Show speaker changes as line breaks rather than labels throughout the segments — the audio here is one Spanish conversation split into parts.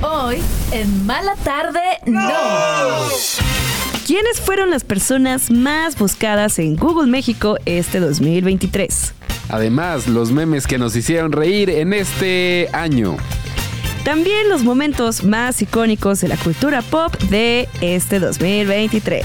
Hoy, en Mala Tarde, no.
¿Quiénes fueron las personas más buscadas en Google México este 2023?
Además, los memes que nos hicieron reír en este año.
También los momentos más icónicos de la cultura pop de este 2023.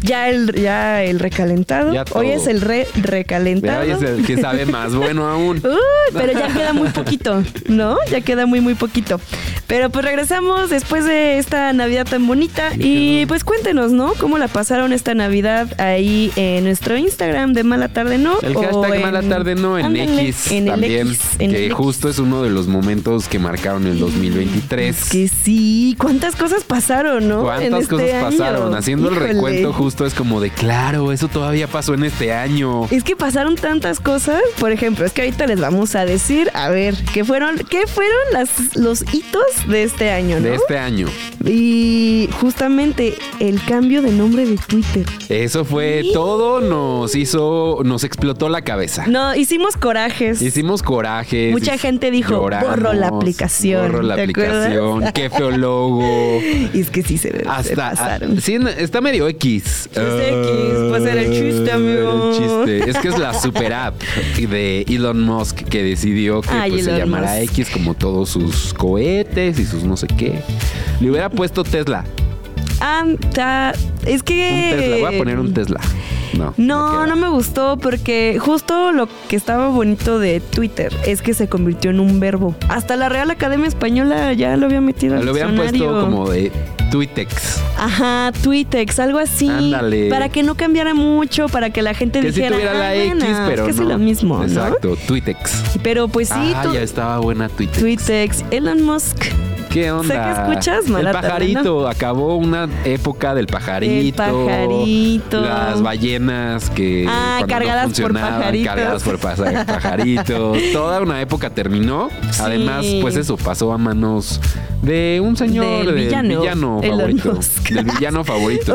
Ya el, ya el recalentado.
Ya
Hoy
todo.
es el re recalentado.
Mira, es el que sabe más bueno aún.
Uy, pero ya queda muy poquito, ¿no? Ya queda muy, muy poquito. Pero pues regresamos después de esta Navidad tan bonita. Y pues cuéntenos, ¿no? ¿Cómo la pasaron esta Navidad ahí en nuestro Instagram de Mala Tarde No?
El
O
hashtag
en-
mala tarde no en
Ándale,
X
en el
también,
X, en
que
el X.
justo es uno de los momentos que marcaron el 2023.
Es que sí, cuántas cosas pasaron, ¿no? En
¿Cuántas
este
cosas
año.
pasaron? Haciendo
Híjole.
el recuento justo es como de claro, eso todavía pasó en este año.
Es que pasaron tantas cosas, por ejemplo, es que ahorita les vamos a decir, a ver, ¿qué fueron, qué fueron las, los hitos de este año, no?
De este año.
Y justamente el cambio de nombre de Twitter.
Eso fue
Sí.
todo, nos hizo, nos explotó la cabeza.
No, hicimos corajes.
Hicimos coraje.
Mucha gente dijo, "Borro la aplicación",
Borro la
¿te acuerdas?
aplicación. Qué feo logo.
Y es que sí se, se
Hasta. ah,
pasaron.
sí, está medio X. Ah,
Es X, pues era el chiste, amigo.
Era el chiste. Es que es la super app de Elon Musk que decidió que
Ay,
pues, se
Elon
llamara
Musk.
X como todos sus cohetes y sus no sé qué. Le hubiera puesto Tesla.
Ah, ta- es
Un
que...
Tesla. Voy a poner un Tesla. No.
No,
queda.
no me gustó porque justo lo que estaba bonito de Twitter es que se convirtió en un verbo. Hasta la Real Academia Española ya lo había metido al
Lo hubieran
diccionario.
puesto como de Twitex.
Ajá, Twitex, algo así.
Ándale.
Para que no cambiara mucho, para que la gente
Que sí
dijera.
tuviera la
"Ah,
X,
bueno,
pero
es
no.
que es lo mismo,
Exacto, Twitex.
¿no? Pero pues sí,
ah,
tu-
ya estaba buena Twitex.
Twitex, Elon Musk.
¿Qué onda?
que escuchas, mala
El
tarde,
pajarito. Acabó una época del pajarito.
El pajarito.
Las ballenas que.
Ah,
cuando no
cargadas por
funcionaban,
pajaritos.
Cargadas por pasa- pajaritos. Toda una época terminó.
Sí.
Además, pues eso pasó a manos de un señor.
Del villano,
villano,
Elon
favorito.
Musk.
Del villano favorito.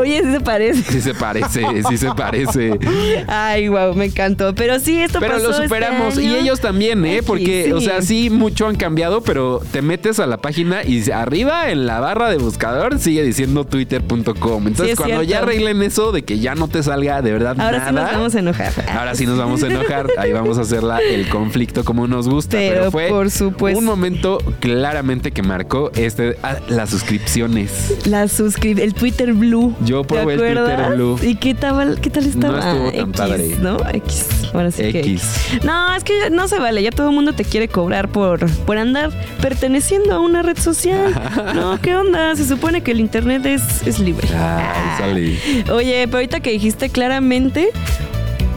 Oye, sí se parece.
Sí se parece, sí se parece.
Ay, wow, me encantó. Pero sí, esto
Pero
pasó
lo
este
superamos. y
año.
ellos también, ¿eh?
X,
Porque, o
sí.
sea, sí, mucho han cambiado, pero te metes a la página y arriba en la barra de buscador sigue diciendo twitter.com.
Sí,
Entonces,
es
cuando ya
cierto.
arreglen eso de que ya no te salga de verdad
Ahora
nada. Ah,
sí nos vamos a enojar. Ah,
Ahora sí nos vamos a enojar, ahí vamos a hacerla el conflicto como nos gusta, pero,
Pero
fue
por pues supuesto.
un momento claramente que marcó este ah, las suscripciones.
La suscrib el Twitter Blue.
Yo
¿te
probé el Twitter
acuerdas?
Blue.
¿Y qué tal, qué tal estaba?
No estuvo tan
X,
padre.
¿No? X. Ahora sí que
X.
No, es que no se vale, ya todo el mundo te quiere cobrar por, por andar perteneciendo a una red social. No, ¿qué onda? Se supone que el internet es, es libre.
Ay, sale.
Oye, pero ahorita que dijiste claramente,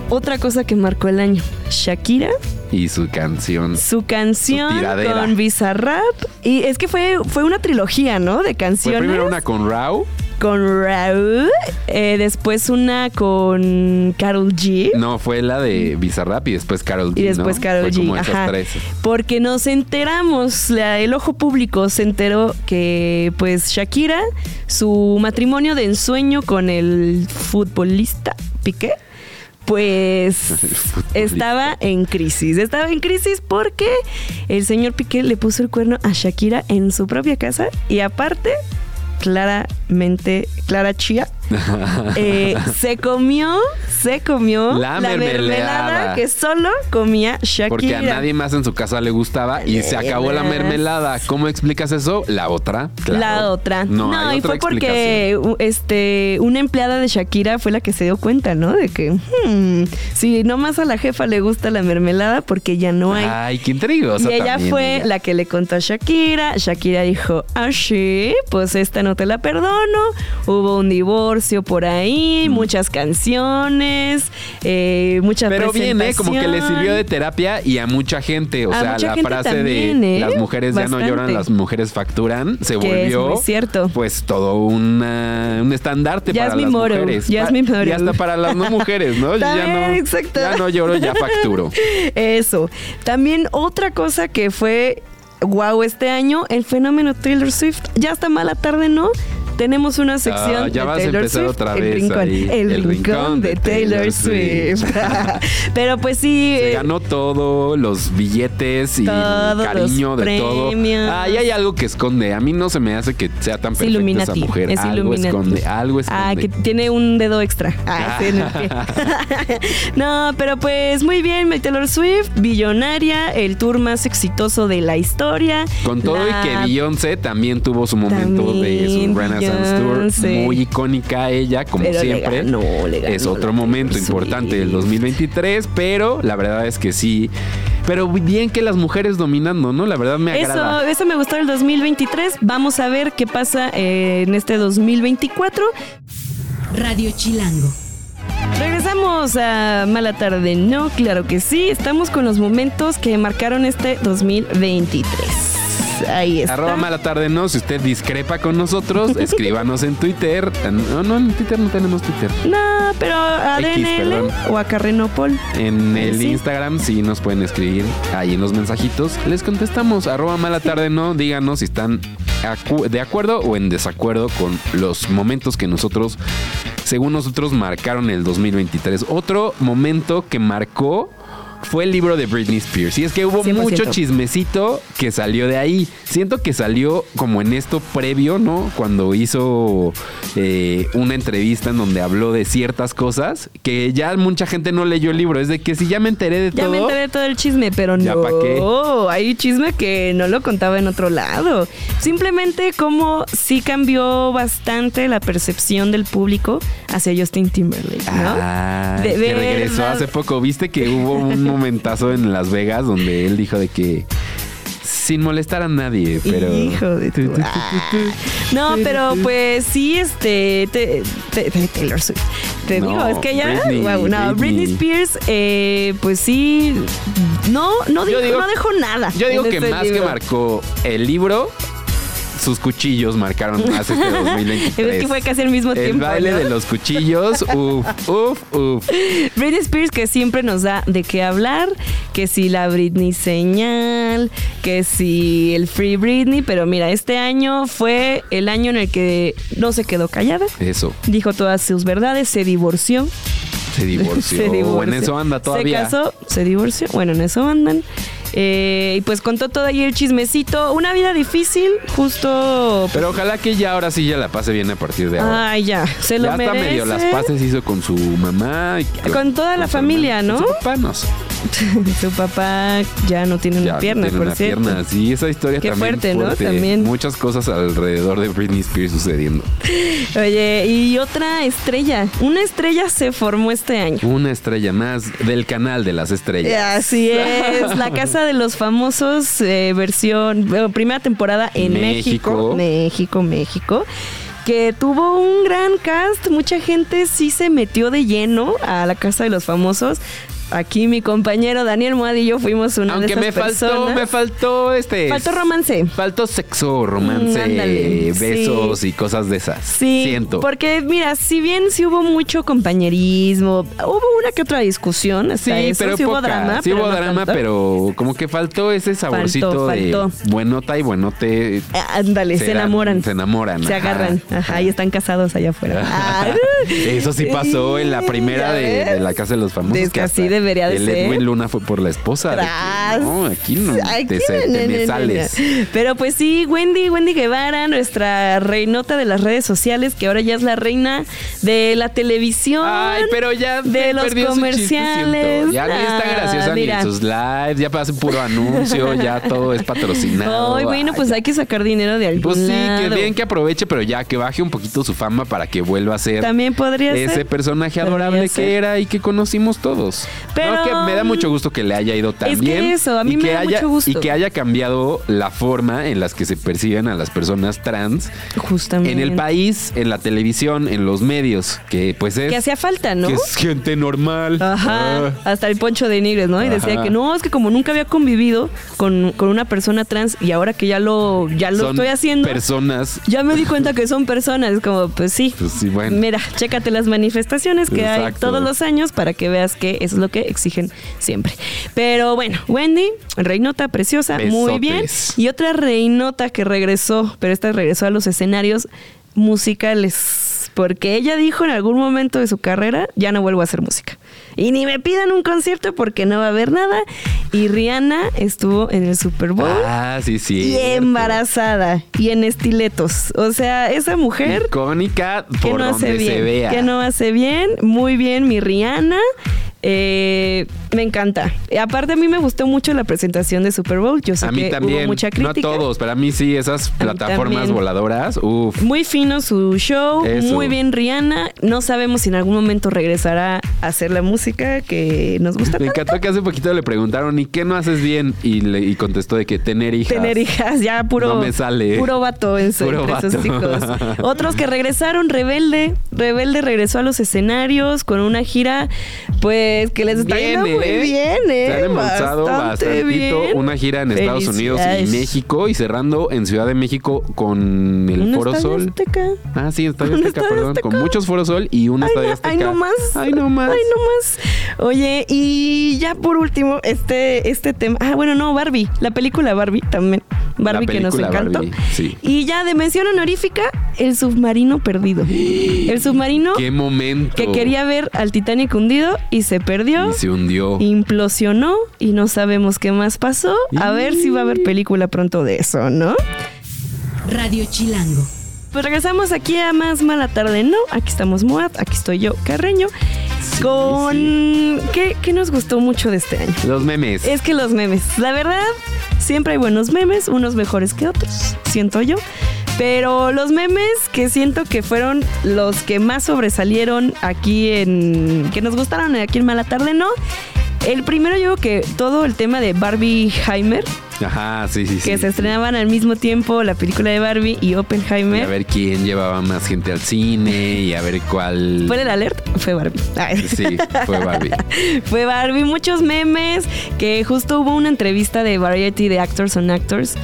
otra cosa que marcó el año, Shakira,
Y su canción.
su canción
Su tiradera.
con Bizarrap. Y es que fue, fue una trilogía, ¿no? De
Fue
canciones.
primero una con Rao.
Con Raúl, eh, después una con Carol G.
No, fue la de Bizarrap y después Carol G.
Y después
¿no?
Karol
Fue como
G,
esas
ajá.
tres.
Porque nos enteramos, la- el ojo público se enteró que pues Shakira, su matrimonio de ensueño con el futbolista Piqué, pues
futbolista.
estaba en crisis. Estaba en crisis porque el señor Piqué le puso el cuerno a Shakira en su propia casa y aparte, claramente, Clara Chía. eh, se comió, se comió
La mermelada.
que solo comía Shakira.
Porque a nadie más en su casa le gustaba y se acabó la mermelada. ¿Cómo explicas eso? La otra. claro.
La otra. No,
hay
y
otra
fue porque u- este, una empleada de Shakira fue la que se dio cuenta, ¿no? De que hmm, si nomás a la jefa le gusta la mermelada porque ya no hay.
explicación. Ay, qué intrigosa.
y ella
Ah, también,
fue
ella.
la que le contó a Shakira. Shakira dijo, ah, sí, pues
Mm.
esta no te la perdono. Hubo un divorcio por ahí, muchas emociones, eh, mucha
Pero bien, ¿eh? Como que le sirvió de
presentación.
terapia y a mucha gente. O
A
sea,
mucha
la
gente
frase
también,
de
¿eh?
las mujeres ya no
Bastante.
lloran, las mujeres facturan, se
Que es
volvió.
muy cierto.
Pues todo una- un estandarte
Ya
para
es mi
las
moro,
mujeres.
ya es
Pa-
mi moro.
Y hasta para las no mujeres, ¿no? Yo ya
También,
no.
exacto.
Ya no lloro, ya facturo.
Eso. También otra cosa que fue wow este año, el fenómeno Taylor Swift. Ya está mala tarde, ¿no? Tenemos una sección
Ah, ya
de
vas a
Taylor
empezar
Swift,
otra
el
vez
rincón,
ahí,
el,
el
rincón,
rincón
de
de
Taylor
Taylor
Swift.
Swift.
Pero pues sí,
Se
eh,
ganó todo, los billetes y
Todos
el cariño
los
de todo.
premios.
Ahí hay algo que esconde. A mí no se me hace que sea tan
es
perfecta esa
Illuminati,
mujer.
es
algo
Illuminati.
esconde, algo esconde.
Ah, que tiene un dedo extra. Ah, sí, en el pie. no, pero pues muy bien, mi Taylor Swift, billonaria, el tour más exitoso de la historia.
Con todo
La-
y que Beyoncé también tuvo su momento de
También
su
Beyoncé.
Renaissance Tour, muy icónica ella, como
Pero le
siempre.
ganó, le ganó
es otro
la
momento
Taylor
importante del
Swift.
2023, pero la verdad es que sí. Pero bien que las mujeres dominando, ¿no? La verdad me
Eso,
agrada.
eso me gustó del 2023. Vamos a ver qué pasa eh, en este 2024.
Radio Chilango.
Regresamos a Mala Tarde, ¿no? Claro que sí. Estamos con los momentos que marcaron este 2023. Ahí está.
Arroba mala tarde, no. Si usted discrepa con nosotros, escríbanos en Twitter. No, no, en Twitter no tenemos Twitter.
No, pero a
X,
DNL
perdón.
o a Carrenopol.
En el
Sí.
Instagram sí nos pueden escribir ahí en los mensajitos. Les contestamos. Arroba mala tarde no. Díganos si están acu- de acuerdo o en desacuerdo con los momentos que nosotros, según nosotros, marcaron el 2023. Otro momento que marcó fue el libro de Britney Spears. Y es que hubo
100%.
mucho chismecito que salió de ahí. Siento que salió como en esto previo, ¿no? Cuando hizo eh, una entrevista en donde habló de ciertas cosas que ya mucha gente no leyó el libro. Es de que si ya me enteré de
Ya
todo.
me enteré de todo el chisme, pero
Ya
no.
pa' qué.
Hay chisme que no lo contaba en otro lado. Simplemente como sí cambió bastante la percepción del público hacia Justin Timberlake, ¿no?
Ah,
De
que regresó
verdad.
hace poco. Viste que hubo un momentazo en Las Vegas donde él dijo de que sin molestar a nadie, pero.
Hijo de tu-
Tu, tu, tu, tu, tu.
No, pero pues sí, este. Te, te- te- Taylor Swift. Te
No,
digo, es que ya.
Britney,
guau, no, Britney,
Britney.
Spears, eh, pues sí. No, no,
Yo
dijo,
digo-
no dejó nada.
Yo digo
en
que
este
más que
libro.
marcó el libro, sus cuchillos marcaron más este 2023.
Es que fue casi al mismo
el
tiempo.
baile
¿no?
de los cuchillos, uf, uf, uf.
Britney Spears que siempre nos da de qué hablar, que si la Britney señal, que si el Free Britney, pero mira, este año fue el año en el que no se quedó callada,
Eso,
dijo todas sus verdades, se divorció,
se divorció.
se divorció,
Pues O en eso anda todavía.
se casó, se divorció, bueno, en eso andan. Eh, y pues contó todo ahí el chismecito, una vida difícil, justo... pues,
Pero ojalá que ya ahora sí ya la pase bien a partir de ahora.
Ay, ya, se lo
ya hasta medio las
merece.
pases hizo con su mamá. y
Con toda la
su
familia,
hermano,
¿no?
con su papá, no sé.
Su papá ya no tiene
Ya
una
no
pierna,
tiene
por
una
cierto.
pierna. Sí, esa historia
Qué
también
fuerte, ¿no?
fuerte.
También.
Muchas cosas alrededor de Britney Spears sucediendo.
Oye, y otra estrella. Una estrella se formó este año.
Una estrella más del canal de las estrellas.
Así es, la Casa de los Famosos, eh, versión, bueno, primera temporada en México. México,
México.
México. Que tuvo un gran cast, mucha gente sí se metió de lleno a la Casa de los Famosos. Aquí mi compañero Daniel Moad y yo fuimos una
Aunque
de
me
esas
faltó,
personas.
me faltó este.
Faltó romance.
Faltó sexo, romance,
Mm, ándale,
besos
sí.
y cosas de esas.
Sí,
Siento.
porque mira, si bien sí hubo mucho compañerismo, hubo una que otra discusión, hasta
Sí,
eso,
pero
sí hubo
poca.
drama,
sí
pero
hubo
no
drama,
tanto.
pero como que faltó ese saborcito
faltó.
de buenota y buenote.
Eh, Ándale, se,
eran-
enamoran.
Se enamoran.
Se
ajá.
agarran, ajá, y están casados allá afuera. Ah.
Eso sí pasó en la primera
Ya
de,
ves.
de la casa de los famosos.
Es que
hasta
así debería de
el
ser.
Edwin Luna fue por la esposa. de que,
Tras.
no, aquí no
Aquí
te, se-
no,
te
no,
me
no,
sales.
no. Pero pues sí, Wendy, Wendy Guevara, nuestra reinota de las redes sociales, que ahora ya es la reina de la televisión.
Ay, pero ya
de los
perdió su chiste,
comerciales.
siento. ya ni está
Ah,
graciosa ni
mira.
en sus lives, ya hacen puro anuncio, ya todo es patrocinado.
Ay, bueno, pues hay que sacar dinero de algún
Pues sí, que
lado.
bien que aproveche, pero ya que baje un poquito su fama para que vuelva a ser
También podría
ese
ser.
personaje
Podría
adorable
ser.
que era y que conocimos todos.
Pero
No, que me da mucho gusto que le haya ido tan
Es que
bien.
eso, a mí
y
me
que
da
haya-
mucho gusto.
Y que haya cambiado la forma en las que se perciben a las personas trans
Justamente.
en el país, en la televisión, en los medios, que pues es...
Que hacía falta, ¿no?
que es gente normal.
Ajá,
Ah.
hasta el Poncho de Nigres, ¿no? Y decía
Ajá.
que no, es que como nunca había convivido con, con una persona trans y ahora que ya lo, ya lo
Son
estoy haciendo,
Personas.
ya me di cuenta que son personas. Es Como, pues sí.
Pues sí, bueno.
Mira, chécate las manifestaciones que hay
Exacto.
todos los años para que veas que eso es lo que exigen siempre. Pero bueno, Wendy, reinota preciosa, muy
Besotes.
bien. Y otra reinota que regresó, pero esta regresó a los escenarios musicales. Porque ella dijo en algún momento de su carrera, ya no vuelvo a hacer música. Y ni me pidan un concierto porque no va a haber nada. Y Rihanna estuvo en el Super Bowl
Ah, sí, sí.
y embarazada y en estiletos. O sea, esa mujer
Icónica
que
por
no hace
donde
bien,
se vea.
que no hace bien, muy bien mi Rihanna. Eh, me encanta. Eh, Aparte a mí me gustó mucho la presentación de Super Bowl. Yo sé
a mí
que
también.
hubo mucha
no a
crítica.
todos, pero a mí sí, esas plataformas
también.
voladoras. Uf.
Muy fino su show,
Eso.
muy bien Rihanna. No sabemos si en algún momento regresará a hacer la música que nos gusta
Me encantó que hace poquito le preguntaron, ¿y qué no haces bien? Y, le, y contestó de que tener hijas.
tener hijas, ya puro,
No me sale.
puro vato en su-
Puro
entre esos
vato.
chicos. Otros que regresaron, Rebelde. Rebelde regresó a los escenarios con una gira, pues que les está
Bien,
yendo muy
¿eh?
bien, ¿eh?
Se han embolsado
Bastante
bastantito
bien.
una gira en Estados Unidos y
Felicidades.
México y cerrando en Ciudad de México con el
Un
Foro
Estadio
Sol.
Azteca.
Ah, sí, Estadio
Un
Azteca,
Estadio
perdón.
Azteca.
Con muchos Foro Sol y un
Ay,
Estadio
no-
Azteca.
Ay, no más.
Ay, no más.
Ay, no más. Oye, y ya por último, este, este tema. Ah, bueno, no, Barbie. La película Barbie también. Barbie que nos
película
encantó.
Barbie, sí.
Y ya de mención honorífica, el submarino perdido. El submarino
¡Qué momento!
que quería ver al Titanic hundido y se perdió.
Y se hundió.
Implosionó y no sabemos qué más pasó. A ver si va a haber película pronto de eso, ¿no?
Radio Chilango.
Pues regresamos aquí a más mala tarde, ¿no? Aquí estamos Moab, aquí estoy yo, Carreño. con... ¿Qué, qué nos gustó mucho de este año?
Los memes.
Es que los memes, la verdad, siempre hay buenos memes, unos mejores que otros, siento yo. Pero los memes que siento que fueron los que más sobresalieron aquí en... que nos gustaron aquí en Mala Tarde, ¿no? El primero yo creo que todo el tema de Barbie Heimer,
Ajá, sí, sí, sí.
que se estrenaban al mismo tiempo la película de Barbie y
Y
Oppenheimer.
a ver quién llevaba más gente al cine y a ver cuál.
¿Fue el alert? Fue Barbie. Ay.
Sí, fue Barbie.
Fue Barbie, muchos memes, que justo hubo una entrevista de Variety de Actors on Actors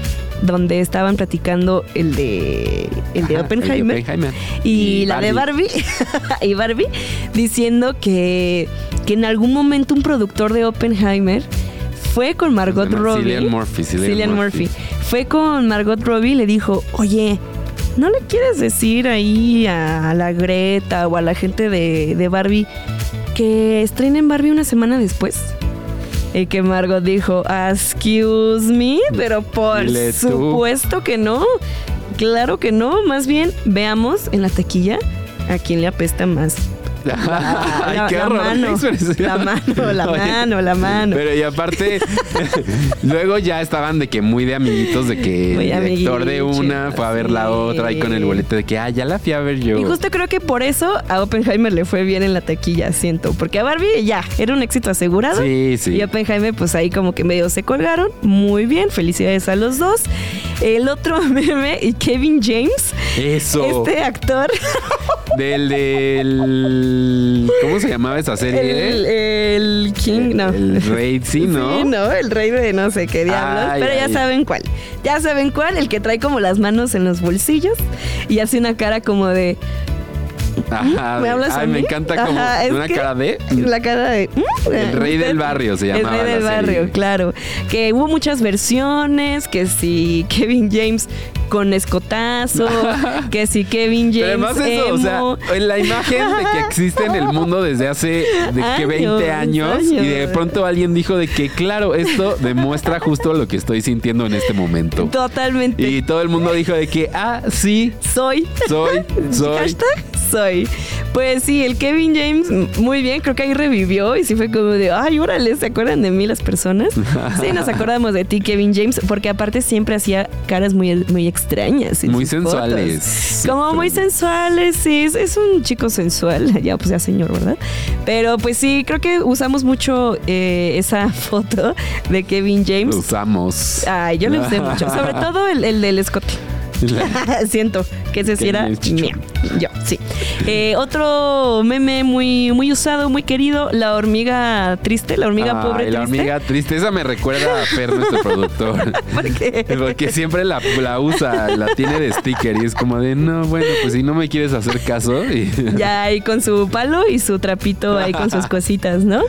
donde estaban platicando el de el de
Ajá,
Oppenheimer
el de Oppenheimer.
y, la de Barbie y Barbie diciendo que que en algún momento un productor de Oppenheimer fue con Margot
Se llama
Robbie
Cillian Murphy, Cillian
Cillian
Murphy.
Murphy fue con Margot Robbie y le dijo, oye, ¿no le quieres decir ahí a la Greta o a la gente de, de Barbie que estrenen Barbie una semana después? Y que Margot dijo, excuse me, pero por
Dile tú.
supuesto que no. Claro que no, más bien veamos en la taquilla a quién le apesta más.
Ay,
La-
qué
la
horror.
mano,
qué expresión.
la mano, la
Oye,
mano, la mano.
Pero y aparte, luego ya estaban de que muy de amiguitos, de que
Muy
el director de
amiguitos,
una fue a ver
sí.
la otra y con el boleto de que, ah, ya la fui a ver yo.
Y justo creo que por eso a Oppenheimer le fue bien en la taquilla, siento. Porque a Barbie ya era un éxito asegurado.
Sí, sí.
Y Oppenheimer, pues ahí como que medio se colgaron. Muy bien, felicidades a los dos. El otro meme, y Kevin James,
Eso.
este actor,
Del, del. ¿Cómo se llamaba esa serie?
el, el King, no.
El rey, sí, ¿no?
Sí, no, el rey de no sé qué diablos.
Ay,
pero ya
ay.
saben cuál. Ya saben cuál, el que trae como las manos en los bolsillos y hace una cara como de.
Ajá,
¿Me hablas
ay,
a mí?
me encanta como
Ajá, es
una
que-
cara de.
La cara de. "Mm".
El rey del barrio se llamaba
El rey
la
del
serie.
barrio, claro. Que hubo muchas versiones, que si Kevin James con escotazo, que si Kevin
Pero
James.
además eso,
emo.
o sea, la imagen de que existe en el mundo desde hace de que
Años,
20 años, y de
años.
pronto alguien dijo de que claro, esto demuestra justo lo que estoy sintiendo en este momento.
Totalmente.
Y todo el mundo dijo de que ah, sí,
soy.
soy, soy.
Hashtag soy. Pues sí, el Kevin James, m- muy bien, creo que ahí revivió y sí fue como de, ay, órale, ¿se acuerdan de mí las personas? Sí, nos acordamos de ti, Kevin James, porque aparte siempre hacía caras muy, muy extrañas. en
Muy
sus fotos.
sensuales.
Como muy sensuales, sí, es, es un chico sensual, ya pues ya señor, ¿verdad? Pero pues sí, creo que usamos mucho eh, esa foto de Kevin
Lo
James. Ah,
usamos.
Ay, yo lo usé mucho, sobre todo el, el del escote. Siento que ese sí
Kevin
era
James chichón.
mío. Yo, sí. Eh, otro meme muy, muy usado, muy querido, la hormiga triste, la hormiga
Ay,
pobre
La
triste.
hormiga triste. Esa me recuerda a Fer, nuestro productor.
¿Por qué?
Porque siempre la, la usa, la tiene de sticker y es como de, no, bueno, pues si no me quieres hacer caso. y-
Ya ahí con su palo y su trapito ahí con sus cositas, ¿no?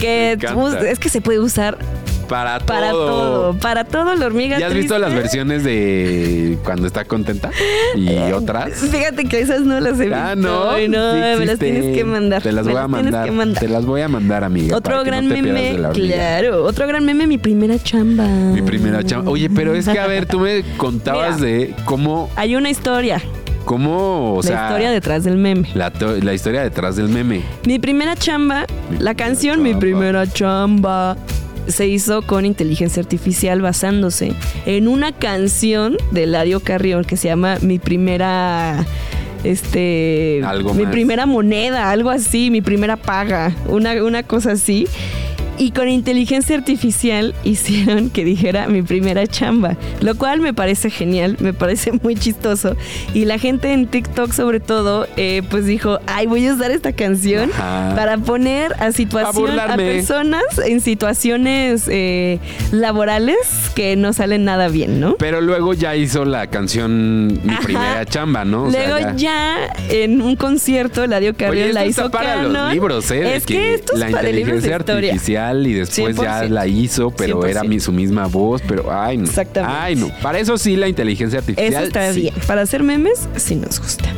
Que
Me encanta.
us- es que se puede usar
para,
para todo, para todo la hormiga.
¿Ya has visto
triste.
las versiones de cuando está contenta y
Eh,
otras?
Fíjate que esas no las he visto.
Ah, no.
Ay,
sí
me las
existen.
tienes que mandar.
Te las
me
voy a
tienes
mandar.
que mandar.
Te las voy a mandar, amiga. para
Otro
que no
gran
te pierdas
meme,
de la hormiga.
claro. Otro gran meme, mi primera chamba.
Mi primera chamba. Oye, pero es que a ver, tú me contabas
Mira.
de cómo,
Hay una historia,
cómo, o sea,
la historia detrás del meme.
la, to- la historia detrás del meme.
Mi primera chamba,
Mi
la
primera
canción Mi
chamba.
primera chamba se hizo con inteligencia artificial basándose en una canción de Eladio Carrión que se llama Mi primera este
Algo
mi
más.
primera moneda, algo así, mi primera paga, una una cosa así. Y con inteligencia artificial hicieron que dijera mi primera chamba, lo cual me parece genial, me parece muy chistoso. Y la gente en TikTok sobre todo, eh, pues dijo, ay, voy a usar esta canción
Ajá.
para poner a situación a,
burlarme.
personas en situaciones eh, laborales que no salen nada bien, ¿no?
Pero luego ya hizo la canción Mi
Ajá.
primera chamba, ¿no? O sea,
Luego
ya-
ya en un concierto Eladio
Oye,
Carrión
esto
la
está
hizo
para
canon.
los libros, ¿eh? De
Es que esto es
la
para libros de
inteligencia
historia.
artificial y después ya
100%.
la hizo, pero era mi, su misma voz, pero ay no.
Exactamente.
Ay no. Para eso sí la inteligencia artificial.
Eso está
sí.
bien. Para hacer memes, sí nos gusta.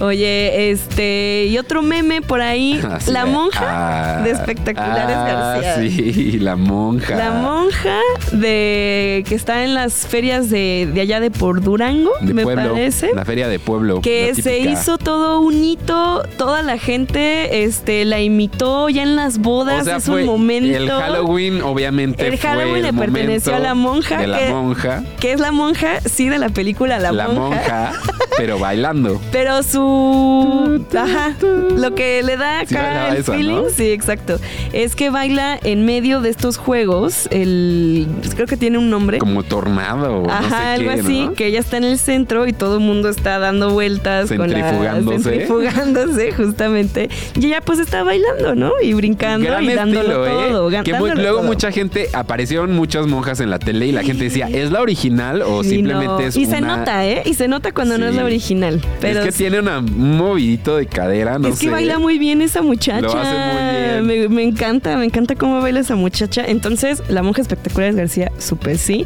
Oye, este, y otro meme por ahí,
Así
la
de-
monja
eh. ah,
de espectaculares
ah,
García.
Sí, la monja.
La monja de que está en las ferias de, de allá de por Durango,
de
me
pueblo,
parece.
La feria de pueblo.
Que
la
se
típica.
hizo todo un hito, toda la gente este, la imitó ya en las bodas,
O sea,
es
fue
un momento.
El Halloween, obviamente.
El Halloween
fue el
le perteneció
momento
a la monja
De la
que-
monja.
Que es la monja, sí, de la película La,
La, monja, pero bailando.
Pero su. Ajá. Lo que le da
Sí
acá
bailaba
el
esa,
feeling.
¿no?
Sí, exacto. Es que baila en medio de estos juegos. El. pues Creo que tiene un nombre.
Como tornado.
Ajá,
no sé
algo
qué,
así,
¿no?
que ella está en el centro y todo el mundo está dando vueltas con la-
Centrifugándose.
centrifugándose, justamente. Y ella pues está bailando, ¿no? Y brincando
Gran
y dándolo
estilo, ¿eh?
todo. gan-
Que muy-
dándolo
luego
todo.
mucha gente, aparecieron muchas monjas en la tele y la gente decía, ¿es la original o
Sí, no.
simplemente es
Y
una...
se nota, ¿eh? Y se nota cuando no es la
Sí.
original. Pero
es que tiene una- un movidito de cadera, no
es que
sé.
baila muy bien esa muchacha.
Lo hace muy
Me, me encanta, me encanta cómo baila esa muchacha. Entonces, la monja espectacular es García, súper sí.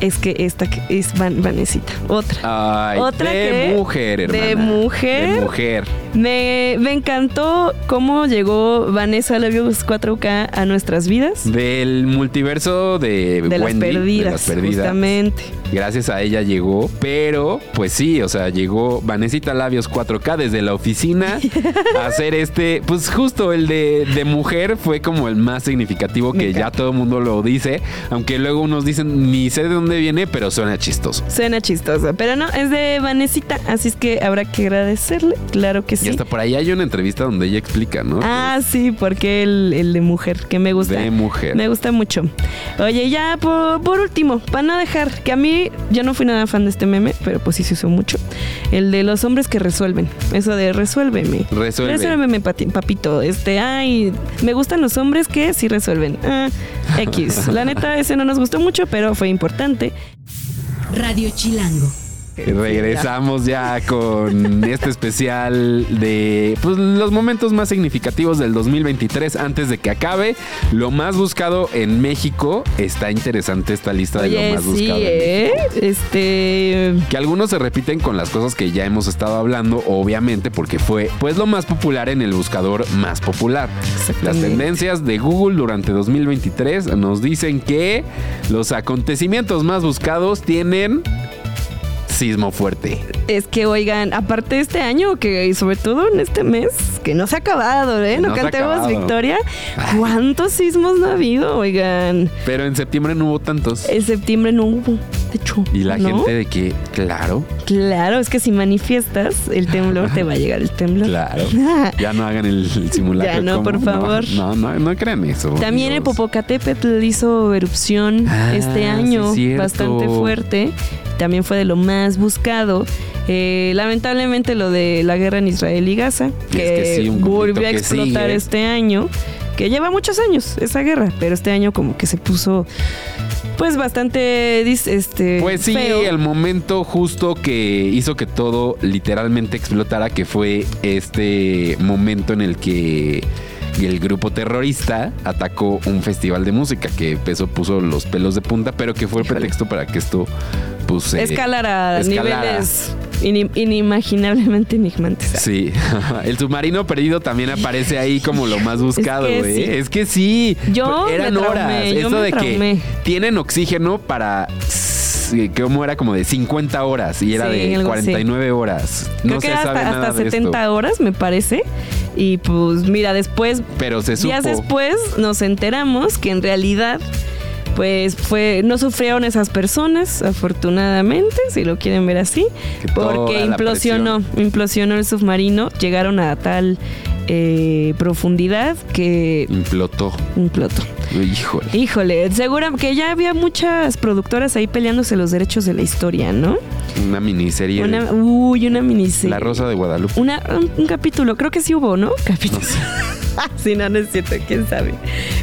Es que esta que es Van, Vanesita, otra.
Ay,
Otra
de
que-
mujer,
de
hermana.
mujer.
De mujer.
Me, me encantó cómo llegó Vanessa Labios 4K a nuestras vidas.
Del multiverso de,
De las,
Mm, Wendy,
perdidas,
de las perdidas.
Justamente.
Gracias a ella llegó, pero pues sí, o sea, llegó Vanesita Labios 4K desde la oficina a hacer este, pues justo el de, de mujer fue como el más significativo
Me
que ya
encanta.
todo el mundo lo dice, aunque luego unos dicen ni sé de dónde viene, pero suena chistoso.
Suena chistoso, pero no, es de Vanesita, así es que habrá que agradecerle, claro que
Y
sí.
hasta por ahí hay una entrevista donde ella explica, ¿no?
Ah, sí, porque el, el de mujer, que me gusta.
de mujer.
Me gusta mucho. Oye, ya por, por último, para no dejar, que a mí yo no fui nada fan de este meme, pero pues sí se usó mucho. El de los hombres que resuelven. Eso de resuélveme.
Resuelve.
Resuélveme, pati- papito. Este, ay, me gustan los hombres que sí resuelven. Ah, X. La neta, ese no nos gustó mucho, pero fue importante.
Radio Chilango.
Regresamos ya con este especial de pues, los momentos más significativos del 2023 antes de que acabe. Lo más buscado en México. Está interesante esta lista de lo
Oye,
más
sí,
buscado. en México.
¿eh? Este.
Que algunos se repiten con las cosas que ya hemos estado hablando, obviamente, porque fue pues lo más popular en el buscador más popular. Las
Exactamente.
tendencias de Google durante 2023 nos dicen que los acontecimientos más buscados tienen sismo fuerte.
Es que, oigan, aparte de este año, que y sobre todo en este mes, que no se ha acabado, ¿eh?
Que
No,
no se ha
cantemos
acabado.
victoria. ¿Cuántos sismos no ha habido, oigan?
Pero en septiembre no hubo tantos.
En septiembre no hubo, de hecho.
Y la
Eh, ¿no?
gente de que, claro,
Claro, es que si manifiestas el temblor, te va a llegar el temblor.
claro. Ya no hagan el, el simulacro.
Ya no,
¿cómo?
por favor.
No, no, no crean eso.
También el
amigos.
Popocatépetl hizo erupción
Ah, sí,
este año,
cierto.
bastante fuerte. También fue de lo más buscado. Eh, lamentablemente lo de la guerra en Israel y Gaza,
Es
que,
que sí, un conflicto
volvió a
que
explotar
sigue.
este año, que lleva muchos años esa guerra, pero este año como que se puso pues bastante dis- este
Pues sí,
feo.
el momento justo que hizo que todo literalmente explotara, que fue este momento en el que el grupo terrorista atacó un festival de música que eso puso los pelos de punta, pero que fue el
Híjole.
pretexto para que esto pues, eh,
escalar a
escalara.
niveles inim- inimaginablemente enigmantes.
Sí, el submarino perdido también aparece ahí como lo más buscado,
que
¿eh? es que
sí.
sí.
Yo
eran
me traumé,
horas.
yo
Eso
me
de
traumé.
que tienen oxígeno para s- eh, ¿cómo era? Como de 50 horas y era
Sí,
de
algo así.
49 horas.
Creo
No
que
se
era
sabe
hasta,
nada
hasta
de esto,
70 horas, me parece. Y pues mira, después,
pero se supo.
días después, nos enteramos que en realidad, pues fue, no sufrieron esas personas, afortunadamente, si lo quieren ver así,
que toda
porque
la
implosionó,
presión-
implosionó el submarino, llegaron a tal eh, profundidad que
Implotó.
implotó.
Híjole.
Híjole, segura que ya había muchas productoras ahí peleándose los derechos de la historia, ¿no?
Una miniserie. de
Una, uy, una miniserie.
La Rosa de Guadalupe.
Una, un, un capítulo, creo que sí hubo, ¿no? Capítulo. sí, no, no es cierto, quién sabe.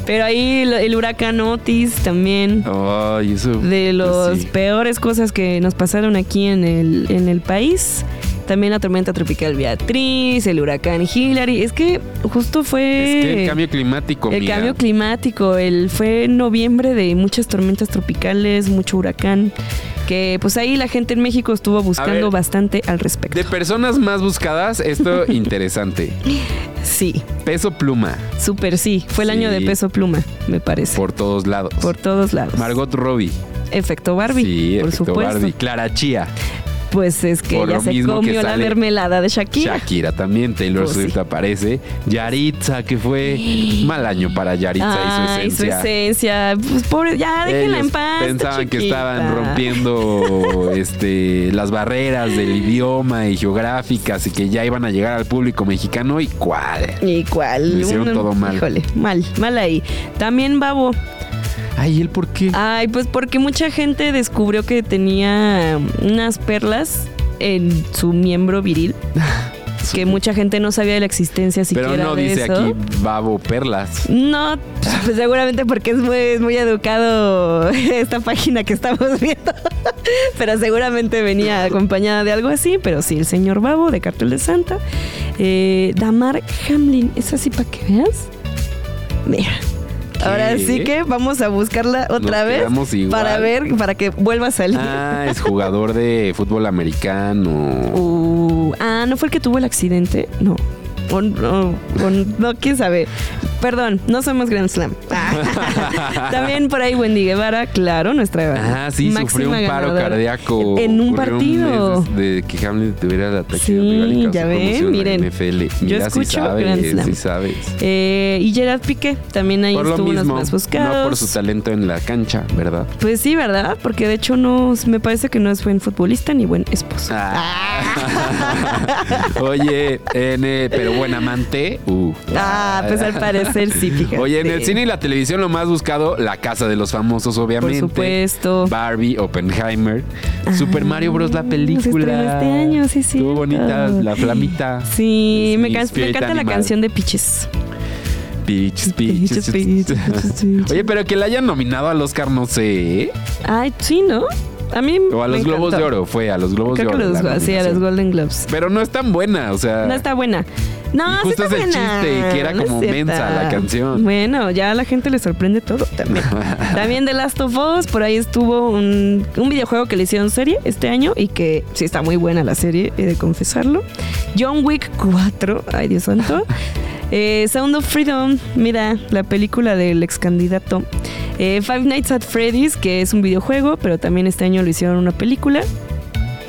Pero ahí lo- el huracán Otis también.
Ay, eso.
De las
Ah, pues sí.
peores cosas que nos pasaron aquí en el, en el país. También la tormenta tropical Beatriz, el huracán Hillary. Es que justo fue.
Es que el cambio climático.
El
mira.
cambio climático, el fue en noviembre de muchas tormentas tropicales, mucho huracán, que pues ahí la gente en México estuvo buscando
ver.
bastante al respecto.
De personas más buscadas, esto interesante.
sí,
Peso pluma
súper sí, fue el año
Sí.
de peso pluma, me parece. Por,
por todos lados.
todos lados.
Margot Robbie.
Efecto Barbie,
sí,
por
efecto
supuesto.
Barbie. Clara Chía.
Pues es que
Por
ya
lo
se
mismo que
comió la
sale
mermelada de Shakira.
Shakira también. Taylor
Pues sí.
Swift aparece. Yaritza, que fue mal año para Yaritza
Ay,
y su esencia.
esencia. Pues pobre, ya déjenla en
Ellos
paz. está
pensaban que
chiquita.
estaban rompiendo este, las barreras del idioma y geográficas y que ya iban a llegar al público mexicano y cuál.
¿Y cuál?
Lo hicieron todo mal.
Híjole, mal, mal ahí. También Babo.
Ay, ¿el por qué?
Ay, pues porque mucha gente descubrió que tenía unas perlas en su miembro viril, que mucha gente no sabía de la existencia siquiera
Pero no
de
dice
eso.
aquí babo perlas.
No, pues seguramente porque es muy, es muy educado esta página que estamos viendo. Pero seguramente venía acompañada de algo así. Pero sí, el señor Babo de Cartel de Santa. Eh, Damar Hamlin, es así para que veas. Mira. Ahora
¿Qué?
sí que vamos a buscarla otra
Nos quedamos
vez
igual.
para ver, para que vuelva a salir.
Ah, es jugador de fútbol americano.
Uh, ah, ¿no fue el que tuvo el accidente? No. O no, o no, quién sabe. Perdón, no somos Grand Slam. También por ahí Wendy Guevara, claro, nuestra
Ah, sí, sufrió un
máxima
paro
ganadora.
cardíaco.
En un
Ocurrió
partido.
mes des- de que Hamlin tuviera el ataque
Sí,
cardíaco.
ya ven, miren.
NFL.
Yo
Mira, sí
escucho
sabes,
Grand Slam.
sí sabes.
Eh, y Gerard Piqué, también ahí
por lo
estuvo unos
mismo,
más buscados.
no por su talento en la cancha, ¿verdad?
pues sí, ¿verdad? Porque de hecho no, me parece que no es buen futbolista ni buen esposo.
Ah,
Ah.
Oye, en el- pero buen amante. uh.
Ah, pues al parecer sí, fíjate.
Oye, en el cine y la televisión lo más buscado, La Casa de los Famosos,
Por
obviamente.
supuesto.
Barbie, Oppenheimer, Super Mario Bros. la
se
película.
Ah, estrenó este año, sí, sí.
Estuvo bonita, la flamita.
Sí, me, can- me
Spirit
encanta la
Animal.
canción de Piches.
Peach, peach,
Peach, peach, peach.
Oye, pero que la hayan nominado al Oscar, no sé. ¿eh?
Ay, sí, ¿no? A mí
O a
me
los Globos
encantó.
de Oro, fue a los Globos
Creo
de
que
Oro.
los,
la
sí, a los
nominación.
Golden Globes.
Pero no es tan buena, o sea.
No está buena. No,
Y
sí
justo
está
es el
buena.
chiste, que era
No es
como
cierta.
mensa la canción.
Bueno, ya a la gente le sorprende todo también. también The Last of Us, por ahí estuvo un, un videojuego que le hicieron serie este año y que sí está muy buena la serie, he de confesarlo. John Wick 4, ay Dios santo. Eh, Sound of Freedom, mira, la película del ex candidato. Eh, Five Nights at Freddy's, que es un videojuego, pero también este año lo hicieron una película.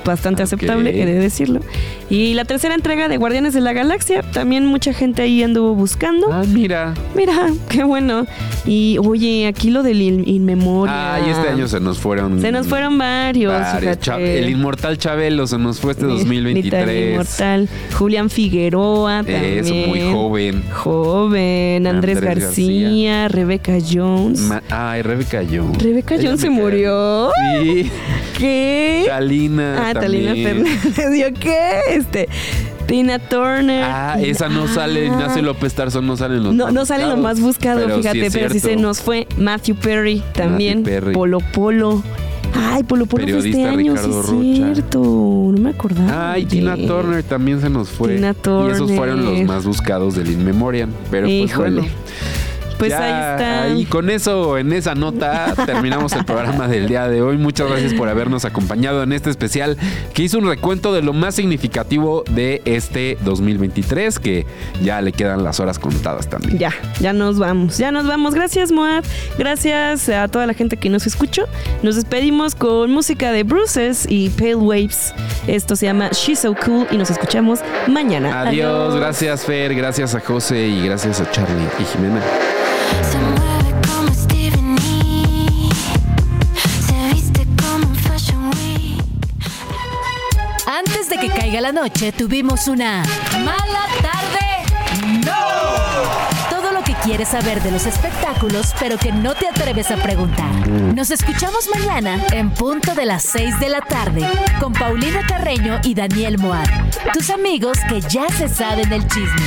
bastante
Ok.
aceptable, he de decirlo. Y la tercera entrega de Guardianes de la Galaxia, también mucha gente ahí anduvo buscando.
Ah, mira.
Mira, qué bueno. Y oye, aquí lo del in- Inmemoria.
Ah, y este año se nos fueron.
Se nos fueron varios.
varios.
fíjate.
Cha- El inmortal Chabelo se nos fue este
Ni- ni tan
2023.
inmortal. Julián Figueroa también.
Eso, muy joven.
Joven, Andrés,
Andrés
García,
García.
Rebeca Jones.
Ma- Ay, Rebeca Jones.
Rebeca
Ella
Jones
me
se
cae.
murió.
Sí.
¿Qué?
Talina.
ah, Talina
también.
Fernández. ¿Yo qué? Este, Tina Turner.
Ah, esa no sale,
Ah.
Ignacio López Tarso no sale en los
No,
más
no sale lo
buscados.
más buscado,
Pero sí
fíjate,
es
pero sí se
cierto.
nos fue. Matthew Perry también.
Matthew Perry.
Polo Polo. Ay, Polo Polo fue este
Periodista
año,
Ricardo
sí es
Rocha.
cierto. No me acordaba.
Ay,
oye.
Tina Turner también se nos fue.
Tina
Y esos
Turner.
fueron los más buscados del In Memoriam. Pero pues
Híjole.
bueno.
Pues
ya,
ahí está.
Y con eso, en esa nota, terminamos el programa del día de hoy. Muchas gracias por habernos acompañado en este especial que hizo un recuento de lo más significativo de este 2023, que ya le quedan las horas contadas también.
Ya, ya nos vamos, ya nos vamos. Gracias, Moab. Gracias a toda la gente que nos escuchó. Nos despedimos con música de Bruces y Pale Waves. Esto se llama She's So Cool y nos escuchamos mañana.
Adiós, gracias Fer, gracias a José y gracias a Charlie y Jimena.
Se mueve como Stephanie, se viste como en Fashion Week.
Antes de que caiga la noche, tuvimos una mala tarde. ¡No! Todo lo que quieres saber de los espectáculos, pero que no te atreves a preguntar. Nos escuchamos mañana en punto de las 6 de la tarde con Paulina Carreño y Daniel Moab, tus amigos que ya se saben el chisme.